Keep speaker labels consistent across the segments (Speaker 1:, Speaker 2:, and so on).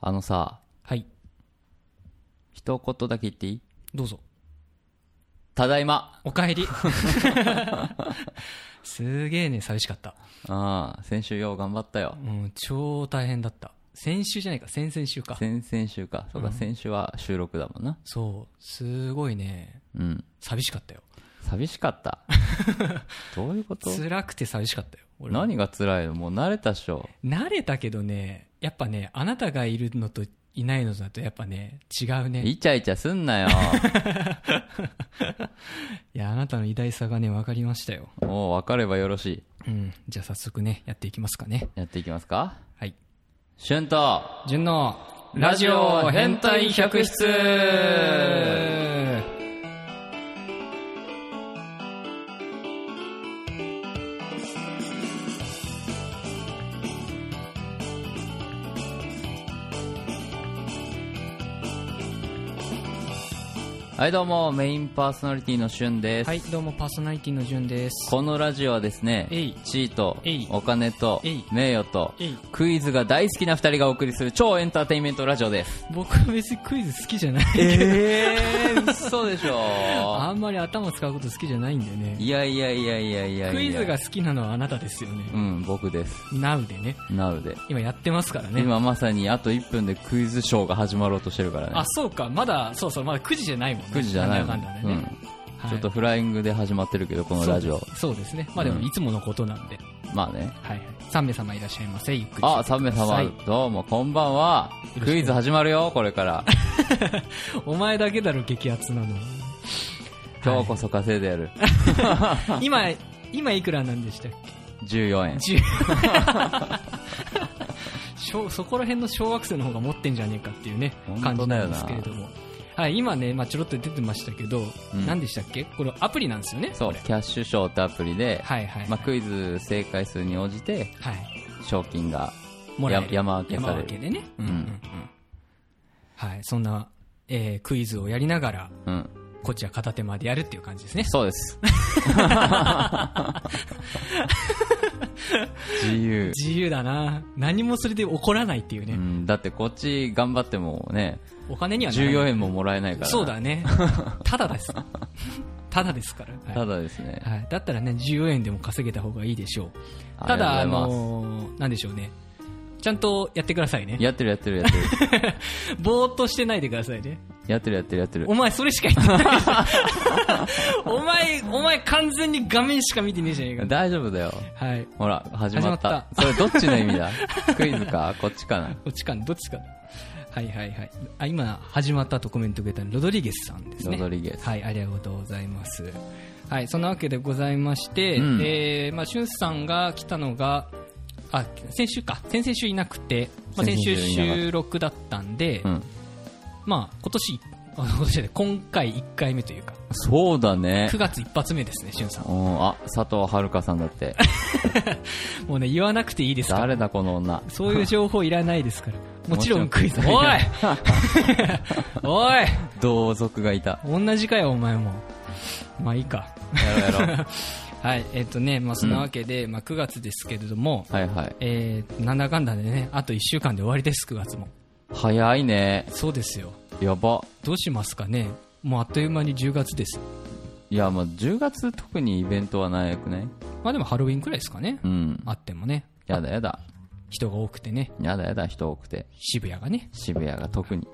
Speaker 1: あのさ、
Speaker 2: はい。
Speaker 1: 一言だけ言っていい
Speaker 2: どうぞ。
Speaker 1: ただいま
Speaker 2: おか えり。すげえね、寂しかった。
Speaker 1: ああ、先週よう頑張ったよ。
Speaker 2: うん、超大変だった。先週じゃないか、先々週か。
Speaker 1: 先々週か。そうか、先週は収録だもんな。
Speaker 2: そう、すごいね、
Speaker 1: うん。
Speaker 2: 寂しかったよ。
Speaker 1: 寂しか った。どういうこと
Speaker 2: 辛くて寂しかったよ。俺は
Speaker 1: 何が辛いのもう慣れたっしょ。
Speaker 2: 慣れたけどね、やっぱね、あなたがいるのといないのだとやっぱね、違うね。
Speaker 1: イチャイチャすん なよ。
Speaker 2: いや、あなたの偉大さがね、分かりましたよ。
Speaker 1: もう分かればよろしい。
Speaker 2: うん、じゃあ早速ね、やっていきますかね。
Speaker 1: やっていきますか
Speaker 2: はい。
Speaker 1: 春と
Speaker 2: 純の
Speaker 1: ラジオ変態百出はいどうも、メインパーソナリティの春です。
Speaker 2: はいどうもパーソナリティの純です
Speaker 1: このラジオはですね
Speaker 2: えい、
Speaker 1: 地位と
Speaker 2: えい、
Speaker 1: お金と
Speaker 2: えい、
Speaker 1: 名誉と
Speaker 2: えい、
Speaker 1: クイズが大好きな二人がお送りする超エンターテインメントラジオです。
Speaker 2: 僕は別にクイズ好きじゃない
Speaker 1: ええー、嘘でし
Speaker 2: あ
Speaker 1: ょ
Speaker 2: んまり頭使うこと好きじゃないんだよね
Speaker 1: いやいやいやいやいやいや
Speaker 2: クイズが好きなのはあなたですよね
Speaker 1: うん、僕です。
Speaker 2: Now でね
Speaker 1: なので。
Speaker 2: 今やってますからね
Speaker 1: 今まさにあと1分でクイズショーが始まろうとしてるからね
Speaker 2: あ。そうかまだそうそうまだ9時じゃないもんね
Speaker 1: 9時じゃないも
Speaker 2: なん
Speaker 1: ん
Speaker 2: だかん
Speaker 1: う
Speaker 2: だで
Speaker 1: ん
Speaker 2: ね、。はい
Speaker 1: ちょっとフライングで始まってるけど、このラジオ
Speaker 2: そう。ですそうですねまあでも
Speaker 1: うん
Speaker 2: いつものことなんで、
Speaker 1: まあね。
Speaker 2: はいはい3名様いらっしゃいませゆっくり
Speaker 1: あ、
Speaker 2: して
Speaker 1: 3
Speaker 2: く
Speaker 1: 名
Speaker 2: だ
Speaker 1: 様
Speaker 2: さい、
Speaker 1: どうも、こんばんは。
Speaker 2: よろしく
Speaker 1: クイズ始まるよ、これ から。
Speaker 2: お前だけだろ激ア ツなの
Speaker 1: 今日こそ稼いでやる。
Speaker 2: 今今いくらなんでしたっけ
Speaker 1: 14円。
Speaker 2: 10小そこら辺の小学生の方が持ってんじゃねえかっていうね
Speaker 1: 本
Speaker 2: 感
Speaker 1: 当
Speaker 2: じ
Speaker 1: だ
Speaker 2: な
Speaker 1: よ
Speaker 2: んで
Speaker 1: な
Speaker 2: すけれども、はい、今ね、まあ、ちょろっと出てましたけど、
Speaker 1: うん
Speaker 2: 何でしたっけこれアプリなんですよね
Speaker 1: そう、
Speaker 2: これ
Speaker 1: キャッシュショーってアプリで、
Speaker 2: はいはい、
Speaker 1: まあ、クイズ正解数に応じて、
Speaker 2: はい、
Speaker 1: 賞金が。
Speaker 2: もらえる
Speaker 1: や山分けされる
Speaker 2: 山分けでね、
Speaker 1: うん
Speaker 2: はい、そんな、えークイズをやりながら
Speaker 1: うん。
Speaker 2: こっちは片手間でやるっていう感じですね
Speaker 1: そう です。自由。
Speaker 2: 自由だな何もそれで怒らないっていうね、
Speaker 1: うん、だってこっち頑張ってもね、
Speaker 2: お金にはならない
Speaker 1: 14円ももらえないから。
Speaker 2: そうだね。ただです。ただですから。はい
Speaker 1: ただですね。
Speaker 2: はい、だったらね、14円でも稼げた方がいいでしょう。
Speaker 1: あ
Speaker 2: た
Speaker 1: りが
Speaker 2: だ、あ
Speaker 1: とうございます
Speaker 2: のーなんでしょうね。ちゃんとやってくださいね。
Speaker 1: やってるやってるやってる。
Speaker 2: ぼーっとしてないでくださいね。
Speaker 1: やってるやってるやってる
Speaker 2: お。前、それしか言っ てない。お前、お前完全に画面しか見てねえじゃねえか。
Speaker 1: 大丈夫だよ。
Speaker 2: はい。こ
Speaker 1: ほら、始まった。
Speaker 2: 始
Speaker 1: それどっちの意味 だクイズかこっちかな
Speaker 2: っちかなどっちかなはいはいはい。あ、今、始まったとコメントくれたのロドリゲスさんですね。
Speaker 1: ロドリゲス
Speaker 2: はい、ありがとうございます。はい、そんなわけでございまして、
Speaker 1: うん
Speaker 2: えーまあ、しゅんさんが来たのが、あ、先週か、先々週いなくて、まあ、
Speaker 1: 先
Speaker 2: 先週
Speaker 1: 々週いなかった
Speaker 2: 収録だったんで、
Speaker 1: うん。
Speaker 2: まあ、今年、あ今年じゃない今回1回目というか、
Speaker 1: そうだね
Speaker 2: 9。月一発目ですね、しゅんさん。
Speaker 1: うん、あ、佐藤遥さんだって。
Speaker 2: もうね、言わなくていいですから。
Speaker 1: 誰だこの 女。
Speaker 2: そういう情報いらないですから。もちろん
Speaker 1: もちろん
Speaker 2: クイズ。
Speaker 1: クイズ
Speaker 2: おいおい
Speaker 1: 同族がいた。
Speaker 2: 同じかよ、お前も。まあいいか。
Speaker 1: やろう やろう。
Speaker 2: はい、えっ、とね、まあ、そんなわけで、まあ、9月ですけれども、
Speaker 1: はいはい。
Speaker 2: えー、なんだかんだでね、あと1週間で終わりです、9月も。
Speaker 1: 早いね。
Speaker 2: そうですよ。
Speaker 1: やば。
Speaker 2: どうしますかね。もうあっという間に10月です。
Speaker 1: いや、まあ10月特にイベントはないくね。
Speaker 2: まあでもハロウィンくらいですかね。
Speaker 1: うん。
Speaker 2: あってもね、
Speaker 1: やだやだ。
Speaker 2: 人が多くてね、
Speaker 1: やだやだ、人多くて。
Speaker 2: 渋谷がね。
Speaker 1: 渋谷が特に。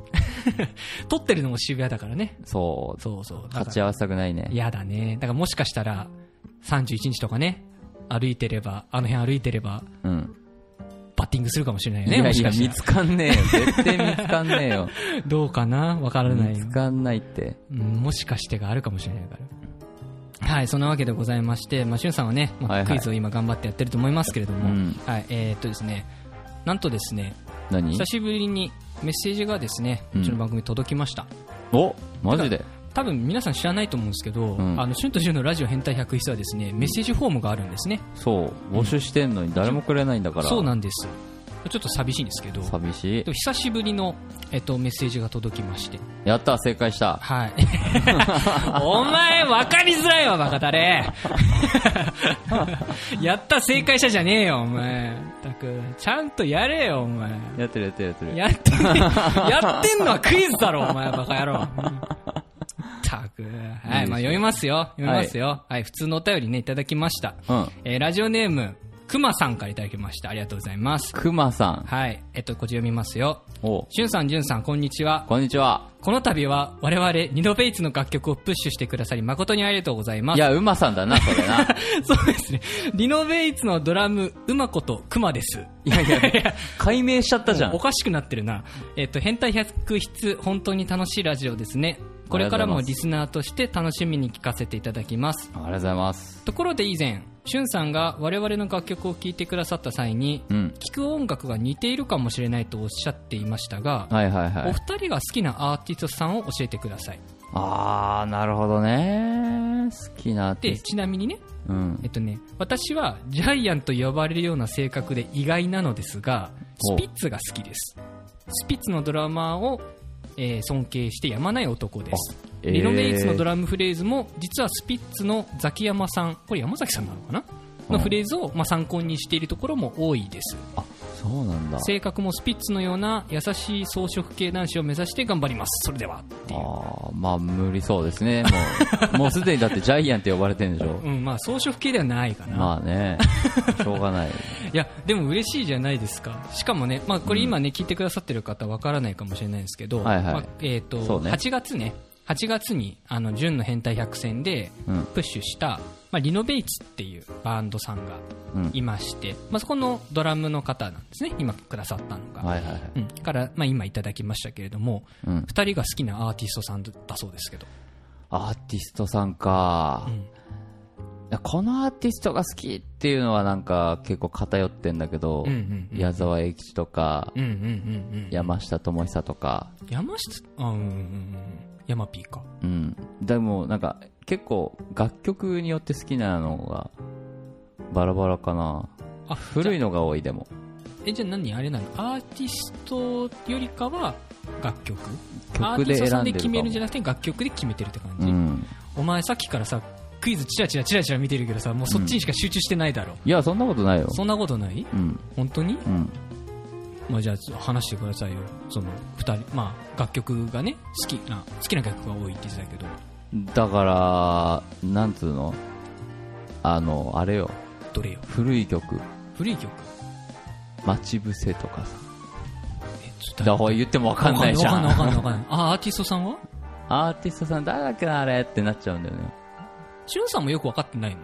Speaker 2: 撮ってるのも渋谷だからね。
Speaker 1: そう。
Speaker 2: そうそう。だ
Speaker 1: 立
Speaker 2: か
Speaker 1: ち
Speaker 2: ら
Speaker 1: 合わせたくないね。
Speaker 2: 嫌だね。だからもしかしたら、31日とかね、歩いてれば、あの辺歩いてれば、
Speaker 1: うん。
Speaker 2: バッティングするかもしれないよ
Speaker 1: い
Speaker 2: ね。
Speaker 1: や
Speaker 2: も
Speaker 1: い
Speaker 2: し
Speaker 1: や、
Speaker 2: かし
Speaker 1: 見
Speaker 2: た
Speaker 1: つかんねえよ。絶対見つかんねえよ。
Speaker 2: ら。どうかなわからない
Speaker 1: 見
Speaker 2: よ
Speaker 1: つ。かんないって。
Speaker 2: うんもしかしてがあるかもしれないから。はい、そんなわけでございまして、まあ、しゅんさんはね、まあ
Speaker 1: はいはい
Speaker 2: クイズを今頑張ってやってると思いますけれども、
Speaker 1: うん
Speaker 2: はい、えーっとですね、なんとですね、
Speaker 1: 何
Speaker 2: 久しぶりにメッセージがですね、
Speaker 1: う
Speaker 2: うんちの番組届きました。
Speaker 1: おマジで
Speaker 2: 多分皆さん知らないと思うんですけど、
Speaker 1: うん
Speaker 2: あの、しゅんとしゅんのラジオ変態百室はですね、メッセージフォームがあるんですね。
Speaker 1: そう。募集してんのに誰もくれないんだから。
Speaker 2: そうなんです。ちょっと寂しいんですけど、
Speaker 1: 寂しい
Speaker 2: でも。久しぶりの、えっと、メッセージが届きまして。
Speaker 1: やった、正解した。
Speaker 2: はい。 お前、わかりづらいわ、バカタレ。 やった、正解者じゃねえよ、お前。たく、ちゃんとやれよ、お前。
Speaker 1: やってるやってるやってる。
Speaker 2: やって、やってんのはクイズだろ、お前、バカ野郎。ったく。はい、まあ読みますよ。読みますよ。はい、普通のお便りね、いただきました。
Speaker 1: うん。
Speaker 2: えーラジオネーム、くまさんからいただきました。ありがとうございます。
Speaker 1: くまさん。
Speaker 2: はい、えっと、こっちら読みますよ。
Speaker 1: おう
Speaker 2: しゅんさん、じゅんさん、こんにちは。
Speaker 1: こんにちは。
Speaker 2: この度は我々ニノベイツの楽曲をプッシュしてくださり誠にありがとうございま
Speaker 1: い
Speaker 2: す。
Speaker 1: や、うまさんだな、それな。
Speaker 2: そうですね。リノベイツのドラム、うまことくまです。
Speaker 1: いやいや、解明しちゃったじゃ
Speaker 2: お
Speaker 1: ん。
Speaker 2: かしくなってるな。えっと、変態百筆、本当に楽しいラジオですね。これからもリスナーとして楽しみに聞かせていただきます。
Speaker 1: ありがとうございます。
Speaker 2: ところで以前、しゅんさんが我々の楽曲を聴いてくださった際に、
Speaker 1: うん。
Speaker 2: 聴く音楽が似ているかもしれないとおっしゃっていましたが、
Speaker 1: はいはいは
Speaker 2: お
Speaker 1: い。
Speaker 2: 二人が好きなアーティストさんを教えてください。
Speaker 1: あー、なるほどね。好きなアーテ
Speaker 2: で、
Speaker 1: ィス
Speaker 2: ちなみにね、
Speaker 1: ト。うん
Speaker 2: え。っとね、私はジャイアンと呼ばれるような性格で意外なのですが、ス
Speaker 1: お
Speaker 2: ピッツが好きです。スピッツのドラマーを、えー尊敬してやまない男です。
Speaker 1: えー
Speaker 2: リノベイツのドラムフレーズも、実はスピッツのザキヤマさん、これ山崎さんなのかな
Speaker 1: うん
Speaker 2: のフレーズを、まあ、参考にしているところも多いです。
Speaker 1: あ、そうなんだ。
Speaker 2: 性格もスピッツのような優しい装飾系男子を目指して頑張ります。それでは。っていう。
Speaker 1: あー、まあ無理そうですね。 もう、もうすでにだってジャイアンって呼ばれてるんでしょ
Speaker 2: う。ん、まあ装飾系ではないかな。
Speaker 1: まあ ね、しょうがない。
Speaker 2: いやでも嬉しいじゃないですか、しかもね、まあ、これ今ね、聞いてくださってる方、わからないかもしれないですけど、
Speaker 1: はいはい
Speaker 2: まあえー
Speaker 1: そ
Speaker 2: と
Speaker 1: うね
Speaker 2: 8月ね、8月に、あの純の変態百選で
Speaker 1: うん
Speaker 2: プッシュした、まあ、リノベイツっていうバンドさんが
Speaker 1: うん。
Speaker 2: いまして、まあ、そこのドラムの方なんですね、今くださったのが。
Speaker 1: はいはいはい。
Speaker 2: うん、から、まあ、今いただきましたけれども、
Speaker 1: うん。
Speaker 2: 2人が好きなアーティストさんだそうですけど、
Speaker 1: アーティストさんか、
Speaker 2: うん
Speaker 1: いやこのアーティストが好きっていうのはなんか結構偏ってんだけど、
Speaker 2: うんうんうん
Speaker 1: 矢沢永吉とか、
Speaker 2: うんうんうんうん、
Speaker 1: 山下智久とか、
Speaker 2: 山下、あうんうんうん、山 P か、
Speaker 1: うん、でもなんか結構楽曲によって好きなのがバラバラかな
Speaker 2: あ
Speaker 1: 古いのが多いでも
Speaker 2: えじゃあ何あれなのアーティストよりかは楽曲アー
Speaker 1: 曲
Speaker 2: ティ
Speaker 1: で
Speaker 2: スト
Speaker 1: 選
Speaker 2: さ
Speaker 1: ん
Speaker 2: ん
Speaker 1: で
Speaker 2: で
Speaker 1: る
Speaker 2: 決
Speaker 1: かも
Speaker 2: めるんじゃなくて楽曲で決めてるって感じ、
Speaker 1: うん、
Speaker 2: お前さっきからさクイズチラチラチラチラ見てるけどさもうそっちにしか集中してないだろ、
Speaker 1: いやそんなことないよ
Speaker 2: そんなことない
Speaker 1: うん
Speaker 2: 本当に、
Speaker 1: うん
Speaker 2: まあ、じゃあ話してくださいよその二人、まあ、楽曲がね好きな好きな楽曲が多いって言ってたけど
Speaker 1: だからなんつうのあのあれよ
Speaker 2: どれよ
Speaker 1: 古い曲
Speaker 2: 古い曲
Speaker 1: 待ち伏せとかさ
Speaker 2: えちょっと
Speaker 1: だから言ってもわかんないじゃん
Speaker 2: わかんないわかんないわかんないあアーティストさんは
Speaker 1: アーティストさん誰だっけなあれってなっちゃうんだよね
Speaker 2: しゅんさんもよく分かってないの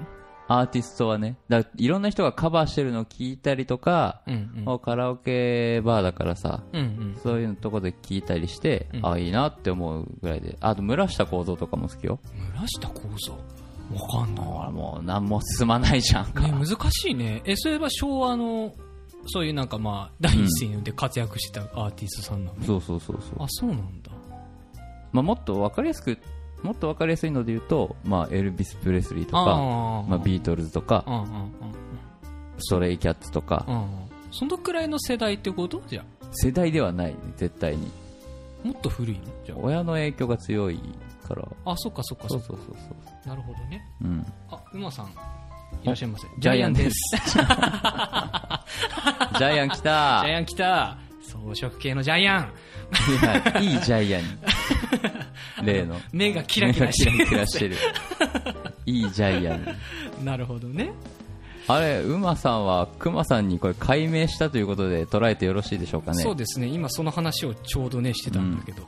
Speaker 1: アーティストはねだからいろんな人がカバーしてるのを聞いたりとか、
Speaker 2: うんうん
Speaker 1: カラオケバーだからさ
Speaker 2: うんうん
Speaker 1: そういうとこで聞いたりして、
Speaker 2: うん
Speaker 1: あいいなって思うぐらいであと村下幸三とかも好きよ
Speaker 2: 村下構造わかんない
Speaker 1: ほらもう何も進まないじゃんか、
Speaker 2: ね、難しいねえそういえば昭和のそういうなんかまあ第一線で活躍してたアーティストさんなの、
Speaker 1: そうそうそうそう
Speaker 2: あそうなんだ
Speaker 1: まあ、もっと分かりやすくもっと分かりやすいので言うと、まあ、エルビス・プレスリーとか
Speaker 2: あー
Speaker 1: まあ、ビートルズとか、
Speaker 2: うんうんうん
Speaker 1: ストレイ・キャッツとか、
Speaker 2: うんうんそのくらいの世代ってことじゃあ
Speaker 1: 世代ではない絶対に
Speaker 2: もっと古いのじゃ
Speaker 1: 親の影響が強いから
Speaker 2: ああそっかそっか
Speaker 1: そ
Speaker 2: そうっか
Speaker 1: そうそうそう
Speaker 2: なるほどね
Speaker 1: うん
Speaker 2: あ馬さんいらっしゃいませ
Speaker 1: ジャイアンですジャイアン来た
Speaker 2: ジャイアン来た装飾系のジャイアン
Speaker 1: はいいいジャ イアンに例の
Speaker 2: 目がキラキラして
Speaker 1: キラキラしてるいいジャイアン
Speaker 2: なるほどね
Speaker 1: あれ馬さんは熊さんにこれ解明したということで捉えてよろしいでしょうかね
Speaker 2: そうですね今その話をちょうどねしてたんだけど、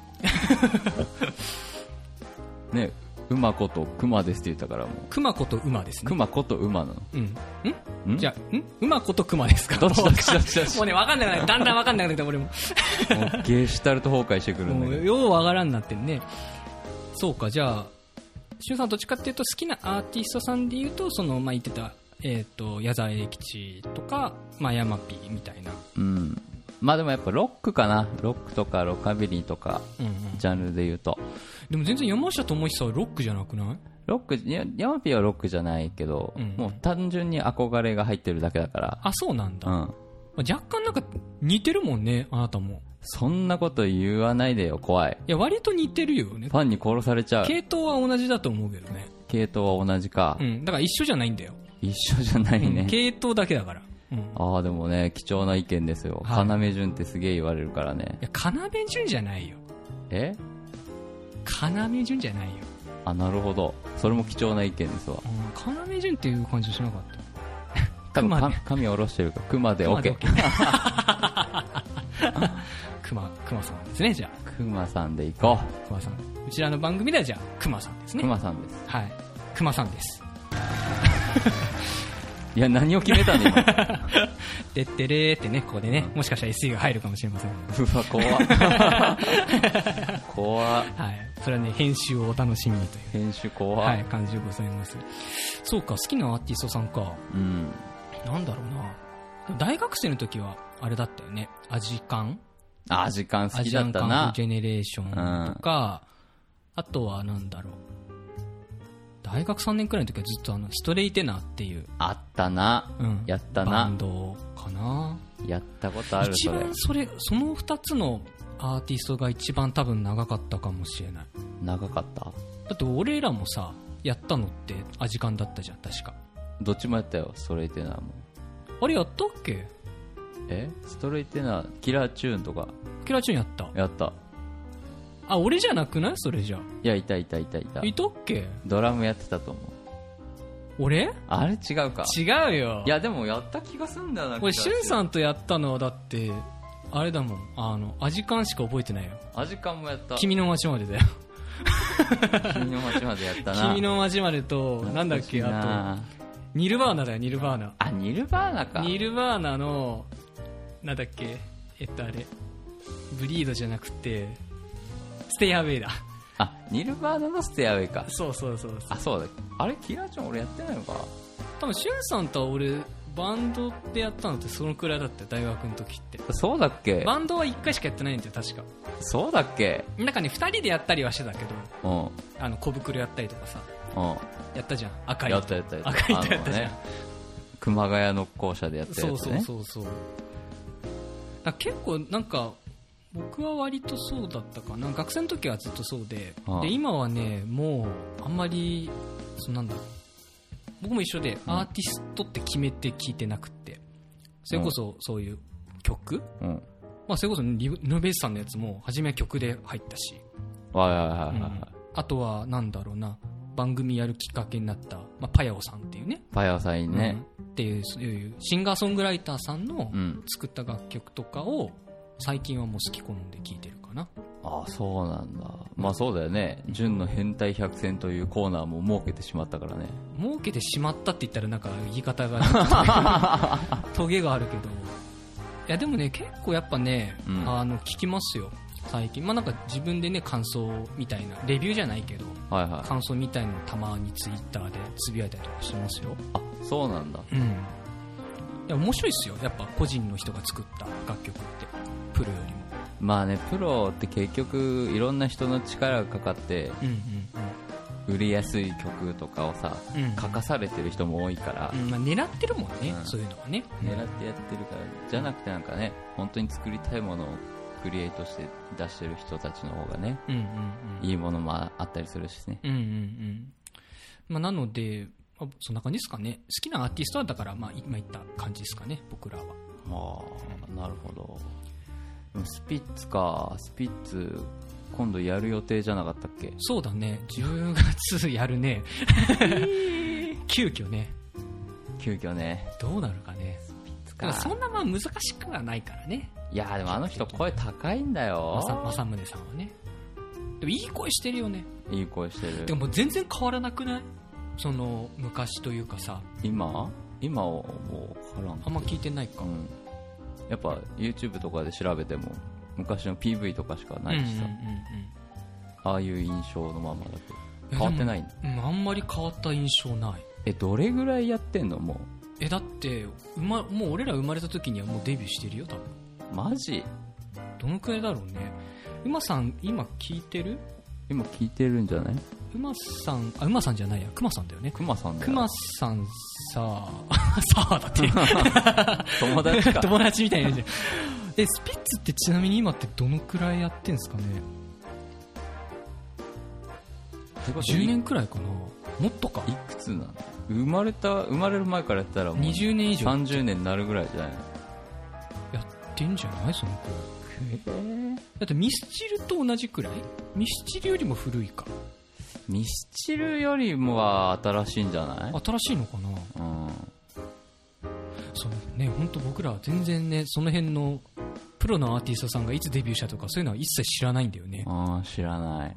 Speaker 1: ね馬こと熊ですって言ったからもう
Speaker 2: 熊子と馬ですね
Speaker 1: 熊こと馬なの
Speaker 2: うんん
Speaker 1: ん
Speaker 2: じゃあん馬子と熊ですか
Speaker 1: どっちどっちどっちどっち
Speaker 2: もうね、わかんなくなって、だんだんわかんなくなって、俺も。
Speaker 1: もうゲーシュタルト崩壊してくるんだ
Speaker 2: も
Speaker 1: け
Speaker 2: う、
Speaker 1: ど
Speaker 2: ようわからんなってんね。そうか、じゃあ、しゅんさんどっちかっていうと、好きなアーティストさんで言うと、その、まあ、言ってた、えっ、と、矢沢永吉とか、まあ、ヤマピーみたいな。
Speaker 1: うんまあでもやっぱロックかなロックとかロカビリーとか
Speaker 2: うんうん。
Speaker 1: ジャンルで言うと
Speaker 2: でも全然山下智久はロックじゃなくない
Speaker 1: ロックいやヤマピーはロックじゃないけど、
Speaker 2: うん
Speaker 1: もう単純に憧れが入ってるだけだから
Speaker 2: あ、そうなん
Speaker 1: う
Speaker 2: だ。
Speaker 1: ん
Speaker 2: まあ若干なんか似てるもんね、あなたも。
Speaker 1: そんなこと言わないでよ、怖い。
Speaker 2: いや、割と似てるよね
Speaker 1: フ。ァンに殺されちゃう。
Speaker 2: 系統は同じだと思うけどね。
Speaker 1: 系統は同じか
Speaker 2: う。ん。だから一緒じゃないんだよ。
Speaker 1: 一緒じゃない
Speaker 2: うん
Speaker 1: ね。
Speaker 2: 系統だけだから。うん。い
Speaker 1: ああ、でもね、貴重な意見ですよ。
Speaker 2: はい
Speaker 1: 要潤ってすげえ言われるからね。
Speaker 2: や、要潤じゃないよ。
Speaker 1: え
Speaker 2: 要潤じゃないよ。
Speaker 1: あ、なるほど。それも貴重な意見ですわ。
Speaker 2: うん。要潤っていう感じはしなかった。
Speaker 1: 多分、
Speaker 2: 熊
Speaker 1: か
Speaker 2: で
Speaker 1: 髪下ろしてるから。熊で
Speaker 2: 熊で
Speaker 1: OK。
Speaker 2: 熊、熊さんですね、じゃ
Speaker 1: 熊さんで行こ
Speaker 2: あ。熊さん。うちらの番組ではじゃあ、熊さんです
Speaker 1: う。
Speaker 2: ね。
Speaker 1: 熊さんです。
Speaker 2: はい。熊さんです。
Speaker 1: いや、何を決めたの今。
Speaker 2: でってれーってね、ここでね、もしかしたら SE が入るかもしれません。
Speaker 1: うわ、怖っ怖っ
Speaker 2: はい。それはね、編集をお楽しみにという、
Speaker 1: 編集怖っ
Speaker 2: はい、感じでございます。そうか、好きなアーティストさんか。
Speaker 1: うん。
Speaker 2: なんだろうな。大学生の時は、あれだったよね。アジカン
Speaker 1: あ、時間好
Speaker 2: ア
Speaker 1: き
Speaker 2: ジ
Speaker 1: だ
Speaker 2: ア
Speaker 1: っ
Speaker 2: ンカ
Speaker 1: た
Speaker 2: ン
Speaker 1: な
Speaker 2: フ。ジェネレーションとか、あとはなんだろう。大学3年くらいの時はずっとあの、ストレイテナーっていう、
Speaker 1: あったな。
Speaker 2: うん
Speaker 1: やった
Speaker 2: バ
Speaker 1: な
Speaker 2: ン。ドかな。
Speaker 1: やったことある、
Speaker 2: 一
Speaker 1: それ
Speaker 2: 番。それ、その2つのアーティストが一番多分長かったかもしれない。
Speaker 1: 長かった
Speaker 2: だって俺らもさ、やったのってアジカンだったじゃん、確か。
Speaker 1: どっちもやったよ、ストレイテナーも。
Speaker 2: あれやったっけ
Speaker 1: えストレイテナー、キラーチューンとか
Speaker 2: キラチュンやった。
Speaker 1: やった。
Speaker 2: あ、俺じゃなくないそれじゃ。
Speaker 1: いや、いたいたいたいた。
Speaker 2: いたっけ
Speaker 1: ドラムやってたと思う。
Speaker 2: 俺
Speaker 1: あれ違うか。
Speaker 2: 違うよ。
Speaker 1: いや、でもやった気がすんだよな、
Speaker 2: 俺、しゅんさ
Speaker 1: ん。
Speaker 2: んとやったのはだって、あれだもん、あの、アジカンしか覚えてないよ。
Speaker 1: アジカンもやった。
Speaker 2: 君の街までだよ。
Speaker 1: 君の街までやったな。
Speaker 2: 君の街までと、なんだっけ、
Speaker 1: 懐かしい
Speaker 2: あ
Speaker 1: な
Speaker 2: と、ニルバーナだよ、ニルバーナ。
Speaker 1: あ、ニルバーナか。
Speaker 2: ニルバーナの、なんだっけ、えっと、あれ、ブリードじゃなくて、ステイアウェイだ。
Speaker 1: あ、ニルバーナのステアウェイか。
Speaker 2: そうそうそうそう。
Speaker 1: あ、そうだ。あれ、キラーチューン俺やってないのか。
Speaker 2: 多分、しゅんさんとは俺、バンドでやったのってそのくらいだったよ、大学の時って。
Speaker 1: そうだっけ
Speaker 2: バンドは1回しかやってないんだよ、確か。
Speaker 1: そうだっけ
Speaker 2: なんかね、2人でやったりはしてたけ
Speaker 1: う
Speaker 2: ど、
Speaker 1: ん。うん。
Speaker 2: あの、小袋やったりとかさ、やったじゃん、赤い。
Speaker 1: やったやったやった。
Speaker 2: 赤いとやったじゃん
Speaker 1: あのね熊谷の校舎でやった
Speaker 2: そ
Speaker 1: や
Speaker 2: う
Speaker 1: つ
Speaker 2: そ
Speaker 1: ね。
Speaker 2: うそうそうだから結構なんか僕は割とそうだったかな学生の時はずっとそうで
Speaker 1: ああ
Speaker 2: で今はねもうあんまりそうなんだ僕も一緒で
Speaker 1: うん
Speaker 2: アーティストって決めて聞いてなくってそれこそそういう曲、
Speaker 1: うん。
Speaker 2: まあ、それこそリノベースさんのやつも初めは曲で入ったし、
Speaker 1: はいはいはいはいは
Speaker 2: うん
Speaker 1: い。
Speaker 2: あとはなんだろうな番組やるきっかけになった、まあ、パヤオさんっていうね
Speaker 1: パヤオさんいいね。
Speaker 2: うんっていうそういうシンガーソングライターさんの
Speaker 1: うん。
Speaker 2: 作った楽曲とかを最近はもう好き好んで聴いてるかな
Speaker 1: あそうなんだ。まあそうだよね。純の変態百選というコーナーも設けてしまったからね。
Speaker 2: 儲けてしまったって言ったらなんか言い方 がなんかトゲがあるけどいやでもね結構やっぱね、
Speaker 1: うん
Speaker 2: あの聞きますよ最近まあなんか自分でね感想みたいなレビューじゃないけど
Speaker 1: はいはい。
Speaker 2: 感想みたいのをたまにツイッターでつぶやいたりとかしてますよ
Speaker 1: あ、そうなんだ。
Speaker 2: うんいや面白いっすよやっぱ個人の人が作った楽曲ってプロよりも
Speaker 1: まあね、プロって結局いろんな人の力がかかって
Speaker 2: うん
Speaker 1: 売れやすい曲とかをさ、
Speaker 2: うんうん
Speaker 1: 書かされてる人も多いから
Speaker 2: う、んまあ、狙ってるもんね、
Speaker 1: うん
Speaker 2: そういうのはね
Speaker 1: 狙ってやってるから、じゃなくてなんかね、本当に作りたいものをクリエイトして出してる人たちの方がね、
Speaker 2: うんうんうん
Speaker 1: いいものもあったりするしね。
Speaker 2: うんうんうんまあ、なので、まあそんな感じですかね。好きなアーティストはだから、まあ、今言った感じですかね、僕らは。
Speaker 1: ああ、なるほど。でもスピッツか、スピッツ、今度やる予定じゃなかったっけ
Speaker 2: そうだね、10月やるね。急遽ね、
Speaker 1: 急遽ね。
Speaker 2: どうなるかね。
Speaker 1: つか
Speaker 2: だか
Speaker 1: ら
Speaker 2: そんなまあ難しくはないからね、
Speaker 1: いやーでもあの人声高いんだ
Speaker 2: まさ
Speaker 1: よ。
Speaker 2: 政宗さんはね。でもいい声してるよね。
Speaker 1: いい声して
Speaker 2: で
Speaker 1: る。
Speaker 2: ももう全然変わらなくないその昔というかさ、
Speaker 1: 今今をもう分からん
Speaker 2: あんま聞いてないか。
Speaker 1: うん。やっぱ YouTube とかで調べても、昔の PV とかしかないしさ、
Speaker 2: うんうんうんうん
Speaker 1: ああいう印象のままだけど。
Speaker 2: いや
Speaker 1: 変わってない
Speaker 2: でもうんあんまり変わった印象ない
Speaker 1: え、どれぐらいやってんのも
Speaker 2: えだって、うま、もう俺ら生まれた時にはもうデビューしてるよ多分
Speaker 1: う。マジ
Speaker 2: どのくらいだろうね馬さん今聞いてる
Speaker 1: 今聞いてるんじゃない
Speaker 2: 馬さん、あ、馬さんじゃないや、熊さんだよね。
Speaker 1: 熊さんだよ
Speaker 2: 熊さんさ、 さあだって、
Speaker 1: 友達 か
Speaker 2: 友達みたいなじゃん。え、スピッツってちなみに今ってどのくらいやってんですかね
Speaker 1: てこと
Speaker 2: ?10 年くらいかなもっとか
Speaker 1: い。いくつなの生まれた生まれる前からやったらもう
Speaker 2: 20年以上
Speaker 1: 30年になるぐらいじゃないの
Speaker 2: やってんじゃないそのくらい。だってミスチルと同じくらいミスチルよりも古いか。
Speaker 1: ミスチルよりもは新しいんじゃない
Speaker 2: 新しいのかな
Speaker 1: うん
Speaker 2: そうね、本当僕らは全然ね、その辺のプロのアーティストさんがいつデビューしたとかそういうのは一切知らないんだよ ね。
Speaker 1: あー知らない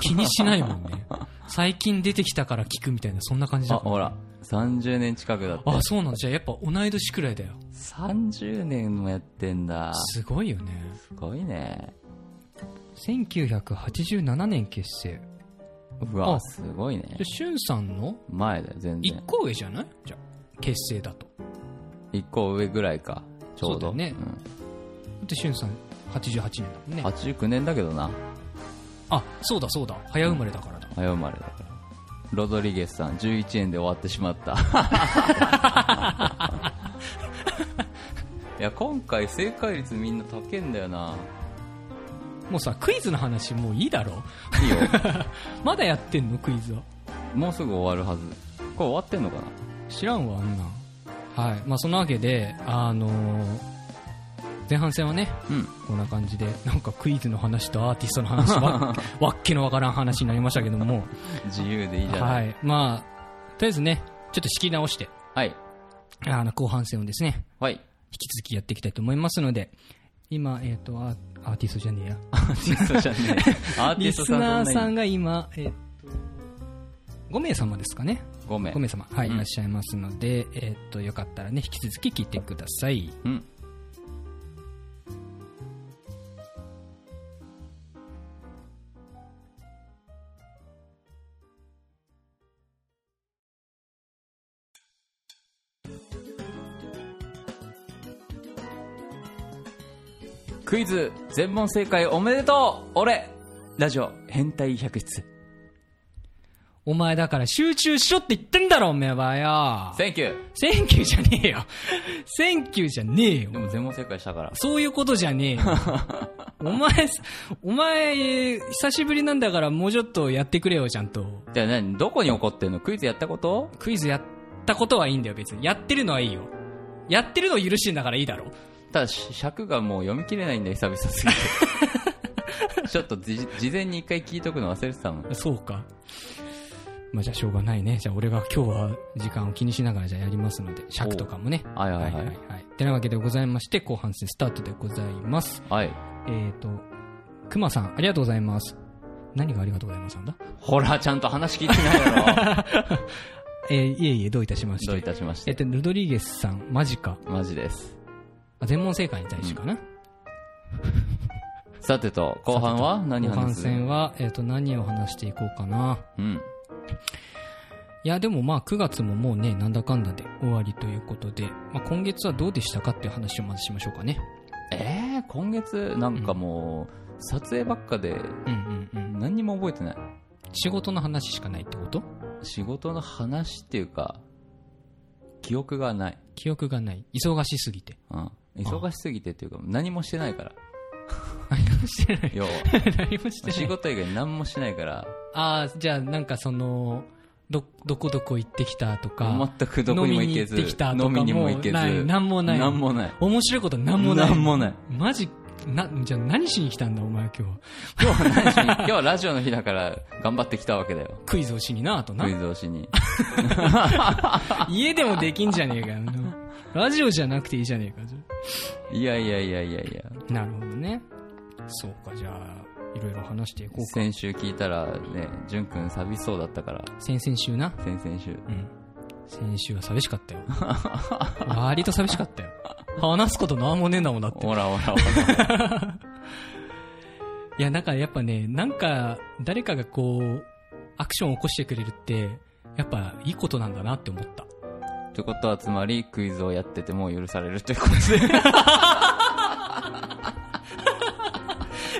Speaker 2: 気にしないもんね。最近出てきたから聞くみたいな、そんな感じ
Speaker 1: あ
Speaker 2: だから
Speaker 1: ほら30年近くだって
Speaker 2: あ、そうなんだ。じゃあやっぱ同い年くらいだよ。
Speaker 1: 30年もやってんだす
Speaker 2: すごいよね。
Speaker 1: ごいね
Speaker 2: 1987年結成。
Speaker 1: うわ
Speaker 2: あ
Speaker 1: すごいね
Speaker 2: じゃあ、しゅんさんの
Speaker 1: 前だよ全
Speaker 2: 一
Speaker 1: 然
Speaker 2: 個上じゃないじゃあ、結成だと。だ
Speaker 1: 1個上ぐらいかちょうど
Speaker 2: そうだよねってしゅんさん88年だもん
Speaker 1: うん、
Speaker 2: ね。
Speaker 1: 89年だけどな
Speaker 2: あ、そうだそうだ。早生まれだからだ。
Speaker 1: 早生まれだからロドリゲスさん11円で終わってしまったいや今回正解率みんな高えんだよな
Speaker 2: もうさ、クイズの話もういいだろ。
Speaker 1: いいよ
Speaker 2: まだやってんのクイズは。
Speaker 1: もうすぐ終わるはずこれ終わってんのかな
Speaker 2: 知らんわ、あんなん。はい。まあ、そんなわけで、あのー前半戦はね、
Speaker 1: うん
Speaker 2: こんな感じで、なんかクイズの話とアーティストの話 は、わっけのわからん話になりましたけども、
Speaker 1: 自由でいいじゃな
Speaker 2: はいい。まあ、とりあえずね、ちょっと仕切り直して、
Speaker 1: はい
Speaker 2: あの、後半戦をですね、
Speaker 1: はい
Speaker 2: 引き続きやっていきたいと思いますので、今、えっ、とアー、アーティストじゃねえや。
Speaker 1: アーティストじゃねえアーティ
Speaker 2: リ
Speaker 1: スト
Speaker 2: ス
Speaker 1: さんじゃ
Speaker 2: ナー
Speaker 1: ない
Speaker 2: さんが今、えっ、と、5名様ですかね。
Speaker 1: ごめん
Speaker 2: 5名様、はい、
Speaker 1: うん
Speaker 2: いらっしゃいますので、えっ、と、よかったらね、引き続き聞いてください。
Speaker 1: うんクイズ全問正解おめでとう俺ラジオ変態百室
Speaker 2: お前だから集中しろって言ってんだろ、おめえはよ。
Speaker 1: センキュー
Speaker 2: センキューじゃねえよ。センキューじゃねえよ
Speaker 1: で。も全問正解したから
Speaker 2: そういうことじゃねえよ。 お前、お前、久しぶりなんだからもうちょっとやってくれよ、ちゃんと。
Speaker 1: じゃあ何どこに怒ってんのクイズやったこと
Speaker 2: クイズやったことはいいんだよ、別に。やってるのはいいよ。やってるのを許してんだからいいだろ。
Speaker 1: ただし尺がもう読み切れないんだよ久々すぎ てちょっとじ事前に一回聞いとくの忘れてたもん
Speaker 2: そうか。まあじゃあしょうがないね。じゃあ俺が今日は時間を気にしながらじゃあやりますので、尺とかもね。
Speaker 1: はいはいはい
Speaker 2: はい。てなわけでございまして、後半戦スタートでございます。
Speaker 1: はい
Speaker 2: えっ、と、くまさん、ありがとうございます。何がありがとうございますなんだ
Speaker 1: ほらちゃんと話聞いてない だろ
Speaker 2: えーいえいえ、どういたしまし
Speaker 1: どうい
Speaker 2: て。
Speaker 1: たしまし
Speaker 2: えっ、
Speaker 1: て
Speaker 2: と、ルドリゲスさん、マジか。
Speaker 1: マジです
Speaker 2: あ全問正解に対してかな。
Speaker 1: さてと後半は何
Speaker 2: 後半
Speaker 1: 話す
Speaker 2: 戦は、えっ、と、何を話していこうかな。
Speaker 1: うん
Speaker 2: いや、でもまあ9月ももうね、なんだかんだで終わりということで、まあ今月はどうでしたかっていう話をまずしましょうかね。
Speaker 1: えー、今月なんかもう、撮影ばっかで
Speaker 2: うんうんうん。
Speaker 1: 何にも覚えてない
Speaker 2: 仕事の話しかないってこと
Speaker 1: 仕事の話っていうか記憶がない、
Speaker 2: 記憶がない。忙しすぎて。
Speaker 1: うん、忙しすぎてっていうか何もしてない から
Speaker 2: 何もしてない。
Speaker 1: 要は
Speaker 2: 何もしてない。
Speaker 1: 仕事以外何もしないから
Speaker 2: ああ、じゃあなんかその、ど、どこどこ行ってきたとか、
Speaker 1: 全くどこにも行けず
Speaker 2: 飲みに行ってきたとかも
Speaker 1: 飲みにも行けず
Speaker 2: ないなんもない
Speaker 1: なんもない
Speaker 2: 面白いことなんもない。
Speaker 1: なんもない
Speaker 2: マジ、な、じゃあ何しに来たんだお前今日は。
Speaker 1: 今日は何し に今日はラジオの日だから頑張ってきたわけだよ
Speaker 2: クイズをしになあとな
Speaker 1: クイ。ズをしに
Speaker 2: 家でもできんじゃねえかよ。ラジオじゃなくていいじゃねえか。じゃあ
Speaker 1: いやいやいやいやいや
Speaker 2: なるほどね。そうか、じゃあ、いろいろ話していこうか。
Speaker 1: 先週聞いたらねくん寂しそうだったから
Speaker 2: 先々週な。
Speaker 1: 先々週
Speaker 2: うん。先週は寂しかったよ。割と寂しかったよ。話すことなんもねえんだもんだって。
Speaker 1: ほらほらほ
Speaker 2: いや、なんかやっぱね、なんか、誰かがこう、アクションを起こしてくれるって、やっぱいいことなんだなって思 った。
Speaker 1: らってことはつまりクイズをやってても許されるということ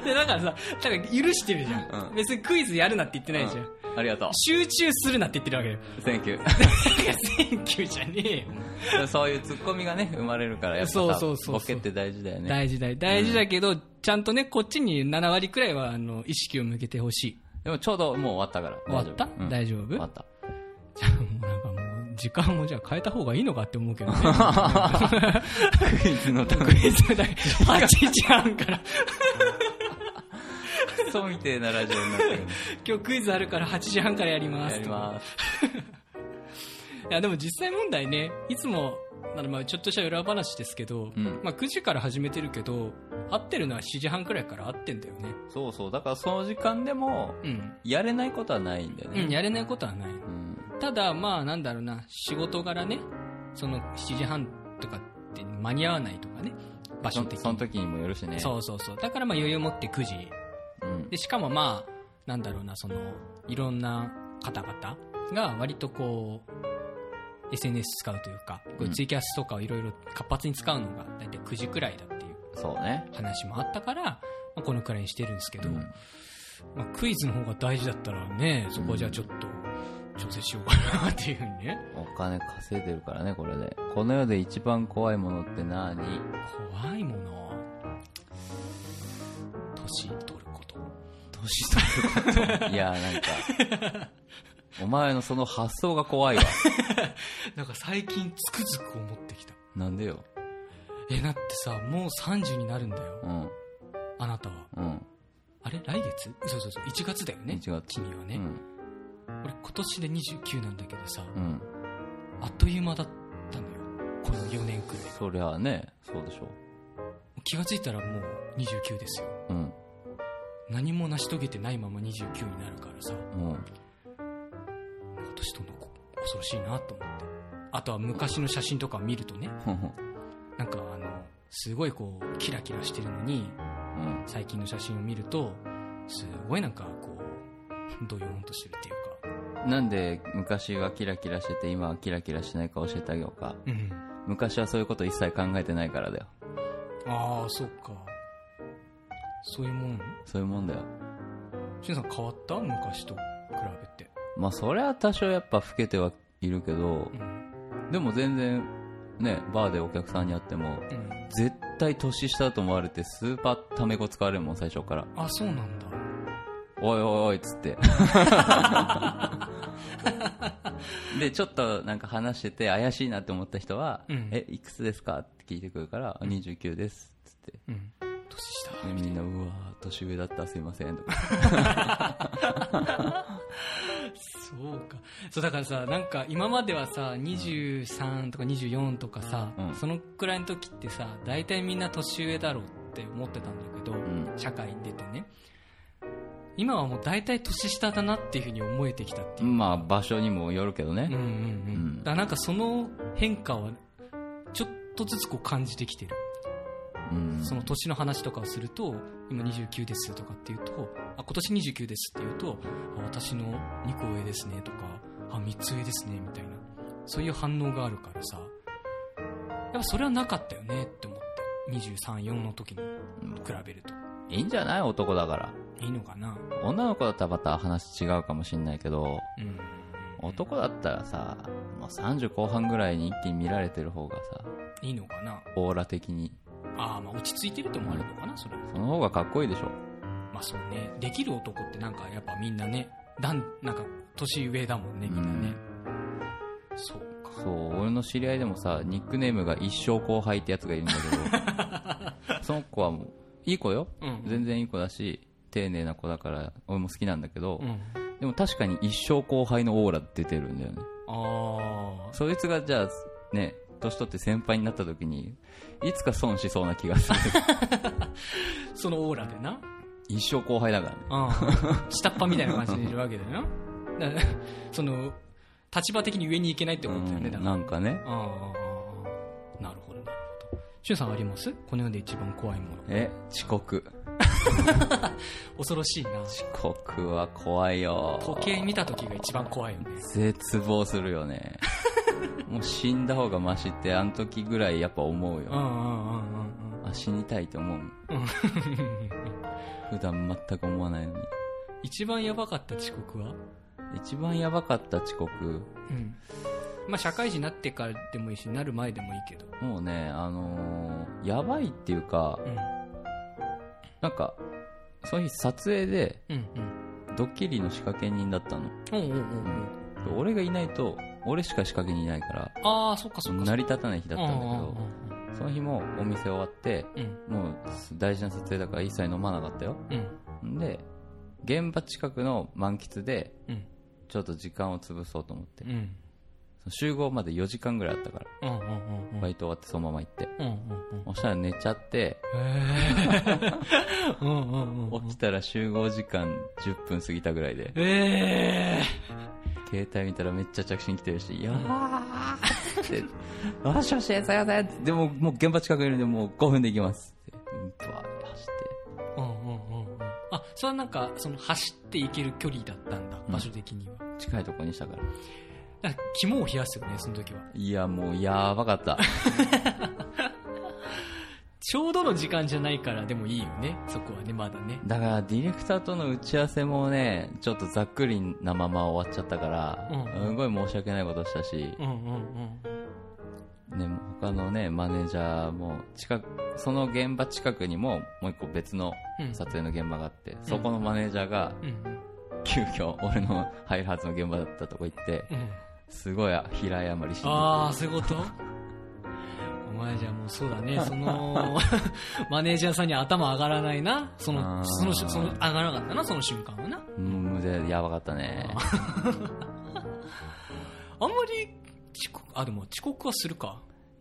Speaker 1: で
Speaker 2: で、だからさ、だから許してるじゃん。別にクイズやるなって言ってないじゃん。
Speaker 1: ありがとう。
Speaker 2: 集中するなって言ってるわけよ。
Speaker 1: セン キュ
Speaker 2: センキューじゃねえよ。
Speaker 1: ー。そういうツッコミがね、生まれるから、やっぱさ
Speaker 2: そうそうそうそう
Speaker 1: ボケって大事だよね。
Speaker 2: 大事だよ大事だけど、ちゃんとね、こっちに7割くらいは、あの、意識を向けてほしい。
Speaker 1: でもちょうどもう終わったから。
Speaker 2: 終わった
Speaker 1: うん
Speaker 2: 大丈夫
Speaker 1: 終わった。
Speaker 2: じゃあもうなんかもう、時間もじゃあ変えた方がいいのかって思 うけどね。
Speaker 1: クイズのため
Speaker 2: クイズ だ8時半から。
Speaker 1: そうみてえなラジオになってるね。
Speaker 2: 今日クイズあるから8時半からやります。
Speaker 1: やります。
Speaker 2: いや、でも実際問題ね、いつも、まあまあちょっとした裏話ですけど、
Speaker 1: うん
Speaker 2: まあ9時から始めてるけど、合ってるのは7時半くらいから合ってんだよね。
Speaker 1: そうそう。だからその時間でも、
Speaker 2: うん。
Speaker 1: やれないことはないんだよ
Speaker 2: うん、
Speaker 1: ね。
Speaker 2: やれないことはない。
Speaker 1: うん。
Speaker 2: ただ、まあなんだろうな、仕事柄ね、その7時半とかって間に合わないとかね、場所的に。
Speaker 1: その時にもよるしね。
Speaker 2: そうそうそう。だからまあ余裕を持って9時。
Speaker 1: うん。
Speaker 2: で、しかもまあ、なんだろうな、その、いろんな方々が割とこう、SNS 使うというか、こういうツイキャスとかをいろいろ活発に使うのが大体9時くらいだっていう
Speaker 1: そうね。
Speaker 2: 話もあったから、まあ、このくらいにしてるんですけ
Speaker 1: う
Speaker 2: ど、
Speaker 1: ん。
Speaker 2: まあ、クイズの方が大事だったらね、そこはじゃあちょっと調整しようかなっていうふうにね。
Speaker 1: お金稼いでるからね、これで。この世で一番怖いものって何
Speaker 2: 怖いもの。年取ること。
Speaker 1: 年取ること。いや、なんか、お前のその発想が怖いわ。
Speaker 2: なんか最近つくづく思ってきた。
Speaker 1: なんでよ。
Speaker 2: え、だってさ、もう30になるんだよ。
Speaker 1: うん。
Speaker 2: あなたは。
Speaker 1: うん。
Speaker 2: あれ来月そうそうそう。1月だよね。
Speaker 1: 1月
Speaker 2: 君は
Speaker 1: う
Speaker 2: ね。
Speaker 1: ん。
Speaker 2: 俺今年で29なんだけどさ、
Speaker 1: うん。
Speaker 2: あっという間だったのよ。この4年くらいが。
Speaker 1: そりゃあね、そうでしょ
Speaker 2: 気がついたらもう29ですよ。
Speaker 1: う。うん。
Speaker 2: 何も成し遂げてないまま29になるからさ、
Speaker 1: うん。
Speaker 2: 今年との子、恐ろしいなと思って。あとは昔の写真とかを見るとね、
Speaker 1: ふんふん
Speaker 2: なんかあの、すごいこう、キラキラしてるのに、
Speaker 1: うん。
Speaker 2: 最近の写真を見ると、すごいなんかこう、どよーんとしてるっていうか、
Speaker 1: なんで昔はキラキラしてて今はキラキラしないか教えてあげようか。
Speaker 2: うん。
Speaker 1: 昔はそういうこと一切考えてないからだよ。
Speaker 2: ああ、そっか。そういうもん
Speaker 1: そういうもんだよ。
Speaker 2: しゅんさん変わった昔と比べて。
Speaker 1: まあそりゃ多少やっぱ老けてはいるけど
Speaker 2: う、ん。
Speaker 1: でも全然ね、バーでお客さんに会っても、
Speaker 2: うん。
Speaker 1: 絶対年下だと思われてスーパータメ語使われるもん最初から。
Speaker 2: あ、そうなんだ。
Speaker 1: おいおいおいっつ って。で、ちょっとなんか話してて怪しいなって思った人は、
Speaker 2: うん
Speaker 1: え、いくつですかって聞いてくるから、あ29です。っつって。
Speaker 2: うん。年下。
Speaker 1: でみんな、うわー年上だったすいません。とか。
Speaker 2: そうか。そうだからさ、なんか今まではさ、23とか24とかさ、
Speaker 1: うん
Speaker 2: そのくらいの時ってさ、大体みんな年上だろうって思ってたんだけど、
Speaker 1: ん
Speaker 2: 社会に出てね。今はもう大体年下だなっていうふうに思えてきたっていう。
Speaker 1: まあ、場所にもよるけど
Speaker 2: うんう
Speaker 1: ね。
Speaker 2: んうん。
Speaker 1: うん
Speaker 2: だからなんかその変化をちょっとずつこう感じてきてる。
Speaker 1: うん。
Speaker 2: その年の話とかをすると、今29ですとかっていうと、あ、今年29ですっていうと、あ私の2個上ですねとか、あ、3つ上ですねみたいな、そういう反応があるからさ、やっぱそれはなかったよねって思って、23、4の時に比べると。
Speaker 1: いいんじゃない男だから。
Speaker 2: いいのかな
Speaker 1: 女の子だったらまた話違うかもしんないけど、
Speaker 2: うん。
Speaker 1: 男だったらさ、もう30後半ぐらいに一気に見られてる方がさ、
Speaker 2: いいのかな
Speaker 1: オーラ的に。
Speaker 2: ああ、まあ落ち着いてるともあるのかなそれは。
Speaker 1: その方がかっこいいでしょ。
Speaker 2: まあそうね、できる男ってなんかやっぱみんなね、だん、なんか年上だもんね、みんなね。そうか。
Speaker 1: そう、俺の知り合いでもさ、ニックネームが一生後輩ってやつがいるんだけ ど、その子はもう、いい子よ。
Speaker 2: うん
Speaker 1: 全然いい子だし、丁寧な子だから、俺も好きなんだけど、
Speaker 2: うん。
Speaker 1: でも確かに一生後輩のオーラ出てるんだよね。
Speaker 2: ああ、
Speaker 1: そいつがじゃあ、ね、年取って先輩になった時に、いつか損しそうな気が する。
Speaker 2: そのオーラでな。
Speaker 1: 一生後輩だからね。
Speaker 2: うん。下っ端みたいな感じでいるわけだよな。だ からその、立場的に上に行けないってことだよね、
Speaker 1: う
Speaker 2: だ
Speaker 1: ん
Speaker 2: から。あ
Speaker 1: なんかね。
Speaker 2: あああ、なるほど、なるほど。しゅんさんありますこの世で一番怖いもの。
Speaker 1: え、遅刻。
Speaker 2: 恐ろしいな。
Speaker 1: 遅刻は怖いよ。
Speaker 2: 時計見た時が一番怖いよね。
Speaker 1: 絶望するよね もう死んだ方がマシってあの時ぐらいやっぱ思う
Speaker 2: うんう
Speaker 1: よ、
Speaker 2: んうんうん
Speaker 1: あ死にたいと思うもん
Speaker 2: うん。うん
Speaker 1: 普段全く思わないのに
Speaker 2: 一番やばかった遅刻は
Speaker 1: 一番やばかった遅刻
Speaker 2: うんまあ社会人になってからでもいいしなる前でもいいけど
Speaker 1: もうねあのーやばいっていうか
Speaker 2: うん
Speaker 1: なんかその日撮影で
Speaker 2: うん
Speaker 1: ドッキリの仕掛け人だったの
Speaker 2: うんうんうんうん
Speaker 1: う
Speaker 2: う
Speaker 1: ん
Speaker 2: ん
Speaker 1: で俺がいないと俺しか仕掛け人いないから
Speaker 2: ああそっかそっか
Speaker 1: 成り立たない日だ
Speaker 2: だ
Speaker 1: ったんだけどその日もお店終わって
Speaker 2: けどうん
Speaker 1: もう大事な撮影だから一切飲まなかったよ
Speaker 2: うん
Speaker 1: んで現場近くの満喫で
Speaker 2: うん
Speaker 1: ちょっと時間を潰そうと思って
Speaker 2: うんうん
Speaker 1: その集合まで4時間ぐらいあったから
Speaker 2: うんうんうん
Speaker 1: バイト終わってそのまま行って
Speaker 2: うんうん
Speaker 1: そしたら寝ちゃって
Speaker 2: うんへえうんうんうん
Speaker 1: 起きたら集合時間10分過ぎたぐらいで
Speaker 2: ええ
Speaker 1: 携帯見たらめっちゃ着信来てるし「いやー」って「もしもしすいません」でももう現場近くにいるんでもう5分で行きますってバーって走っ
Speaker 2: うんうんうんうんあそれはなんかその走っていける距離だったんだ
Speaker 1: うん
Speaker 2: 場所的には、だか
Speaker 1: て近いとこにしたから
Speaker 2: ら肝を冷やすよねその時はい
Speaker 1: やもうやばかった
Speaker 2: ちょうどの時間じゃないからでもいいよねそこはねまだね
Speaker 1: だからディレクターとの打ち合わせもねちょっとざっくりなまま終わっちゃったから、
Speaker 2: うん
Speaker 1: すごい申し訳ないことしたし、
Speaker 2: うんうん
Speaker 1: ね、他のねマネージャーも近くその現場近くにももう一個別の
Speaker 2: うんうん
Speaker 1: 撮影の現場があって、そこのマネージャーが
Speaker 2: うんうん
Speaker 1: 急遽俺のハイハーツの現場だったとこ行って
Speaker 2: うん
Speaker 1: すごい平謝りして
Speaker 2: ああそういうことお前じゃもうそうだね その マネージャーさんに頭上がらないなそ
Speaker 1: あ
Speaker 2: の
Speaker 1: ー
Speaker 2: そのしその上がらなかったなその瞬間はな
Speaker 1: うんでやばかったね
Speaker 2: あんまり遅刻あでも遅刻はするか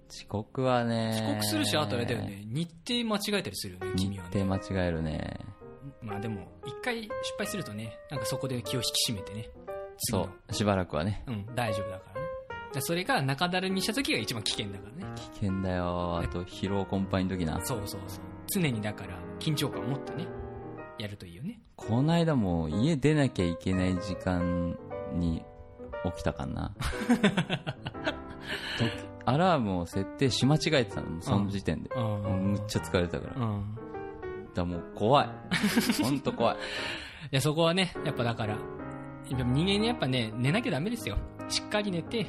Speaker 1: 遅刻はね
Speaker 2: 遅刻するしあとあれだよね日程間違えたりするよね
Speaker 1: 日
Speaker 2: 君はね
Speaker 1: 程間違えるね
Speaker 2: まあでも一回失敗するとねなんかそこで気を引き締めてね
Speaker 1: そ
Speaker 2: 次の
Speaker 1: うしばらくはね
Speaker 2: うん大丈夫だからねだからそれが中だるみした時が一番危険だからね
Speaker 1: 危険だよあと疲労困憊の時な
Speaker 2: そうそうそう常にだから緊張感を持ってねやるといいよね
Speaker 1: この間も家出なきゃいけない時間に起きたか な時アラームを設定し間違えてたのもうその時点で、
Speaker 2: う
Speaker 1: もうんむっちゃ疲れてたから、だか
Speaker 2: うん
Speaker 1: らもう 怖いほんと怖い
Speaker 2: いやそこはねやっぱだからでも人間にやっぱね寝なきゃダメですよしっかり寝て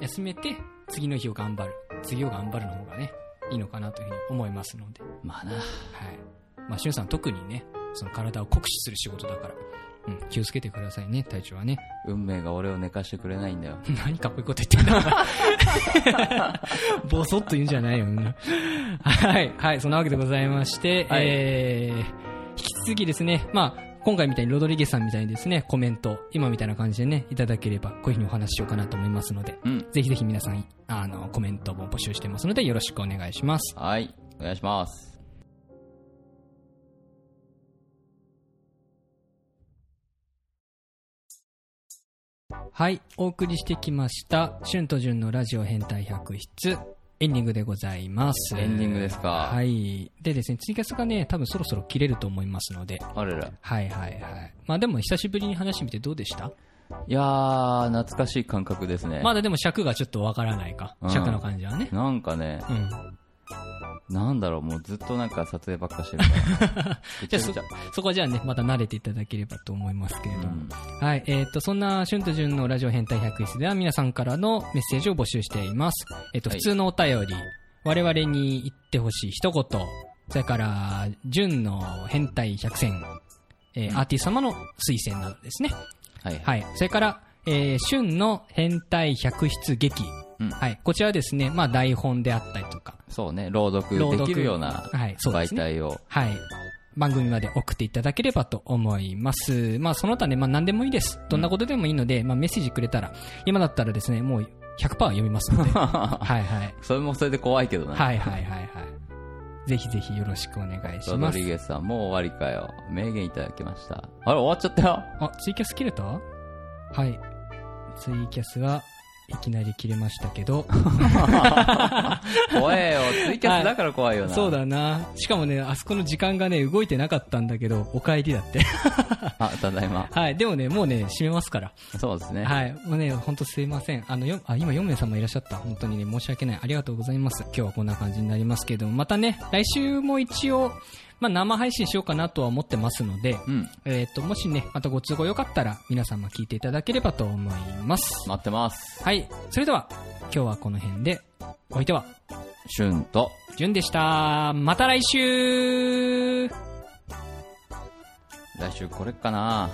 Speaker 2: 休めて次の日を頑張る次を頑張るの方がねいいのかなというふうに思いますので
Speaker 1: まあな
Speaker 2: はい。まあ、しゅんさん特にね、その体を酷使する仕事だから、うん、気をつけてくださいね、体調はね。
Speaker 1: 運命が俺を寝かしてくれないんだよ
Speaker 2: 何かっこいいこと言ってんだ ボソッと言うんじゃないよ、みんなはい、はい、そんなわけでございまして、
Speaker 1: はい
Speaker 2: えー、引き続きですね、まあ、今回みたいにロドリゲさんみたいにですね、コメント、今みたいな感じでね、いただければ、こういうふうにお話ししようかなと思いますので、
Speaker 1: うん
Speaker 2: ぜひぜひ皆さん、あの、コメントも募集してますので、よろしくお願いします。
Speaker 1: はいお願いします
Speaker 2: はい、お送りしてきました、春と潤のラジオ変態百室、エンディングでございます。
Speaker 1: エンディングですか
Speaker 2: はい。でですね、ツイキャスがね、多分そろそろ切れると思いますので、
Speaker 1: あれら
Speaker 2: はいはいはい。まあでも、久しぶりに話してみてどうでした
Speaker 1: いやー懐かしい感覚ですね、
Speaker 2: まだでも尺がちょっとわからないか
Speaker 1: う。ん
Speaker 2: 尺の感じはね。
Speaker 1: なんかね
Speaker 2: うん。
Speaker 1: なんだろうもうずっとなんか撮影ばっかしてるから ぐちゃぐ
Speaker 2: じゃあそ
Speaker 1: ちゃ、
Speaker 2: そこはじゃあね、また慣れていただければと思いますけれ
Speaker 1: う
Speaker 2: ども。
Speaker 1: ん
Speaker 2: はい、えっ、と、そんな、春と潤のラジオ変態百室では皆さんからのメッセージを募集しています。えっ、と、
Speaker 1: は
Speaker 2: 普
Speaker 1: い
Speaker 2: 通のお便り、我々に言ってほしい一言、それから、潤の変態百選、えーアーティスト様の推薦などですね。
Speaker 1: はい
Speaker 2: はい、それから、えー、旬の変態百出劇、
Speaker 1: うん
Speaker 2: はい、こちらはですね、まあ、台本であったりとか、
Speaker 1: そうね朗読
Speaker 2: 朗
Speaker 1: でき
Speaker 2: 読
Speaker 1: るような
Speaker 2: はい、そうで
Speaker 1: 媒
Speaker 2: すね。
Speaker 1: 体を
Speaker 2: はい。番組まで送っていただければと思います。まあ、その他ね、まあ、何でもいいです。どんなことでもいいので、まあ、メッセージくれたら、今だったらですね、もう100%読みます ので。はいはい。
Speaker 1: それもそれで怖いけどな、
Speaker 2: はいはいはいはい。ぜひぜひよろしくお願いし
Speaker 1: ロ
Speaker 2: ま
Speaker 1: ド
Speaker 2: す
Speaker 1: リ。ゲスさんもう終わりかよ名言いただきましたあれ終わっちゃったよ
Speaker 2: あ、ツイキャス切れたはい。ツイキャスはいきなり切れましたけど。
Speaker 1: 怖えよツイキャスだから怖いよな、
Speaker 2: そうだな。しかもね、あそこの時間がね、動いてなかったんだけど、お帰りだって。
Speaker 1: あただいま
Speaker 2: はい。でもね、もうね、閉めますから。
Speaker 1: そうですね
Speaker 2: はい。もうね、ほんとすいません。あの、よ、あ、今4名様いらっしゃった。本当にね、申し訳ない。ありがとうございます。今日はこんな感じになりますけれども、またね、来週も一応、まあ、生配信しようかなとは思ってますので、
Speaker 1: うん。
Speaker 2: えっ、と、もしね、またご都合よかったら、皆様聞いていただければと思います。
Speaker 1: 待ってます。
Speaker 2: はい。それでは、今日はこの辺で、お相手は、
Speaker 1: シュンと、
Speaker 2: じゅんでした。また来週
Speaker 1: 来週これかな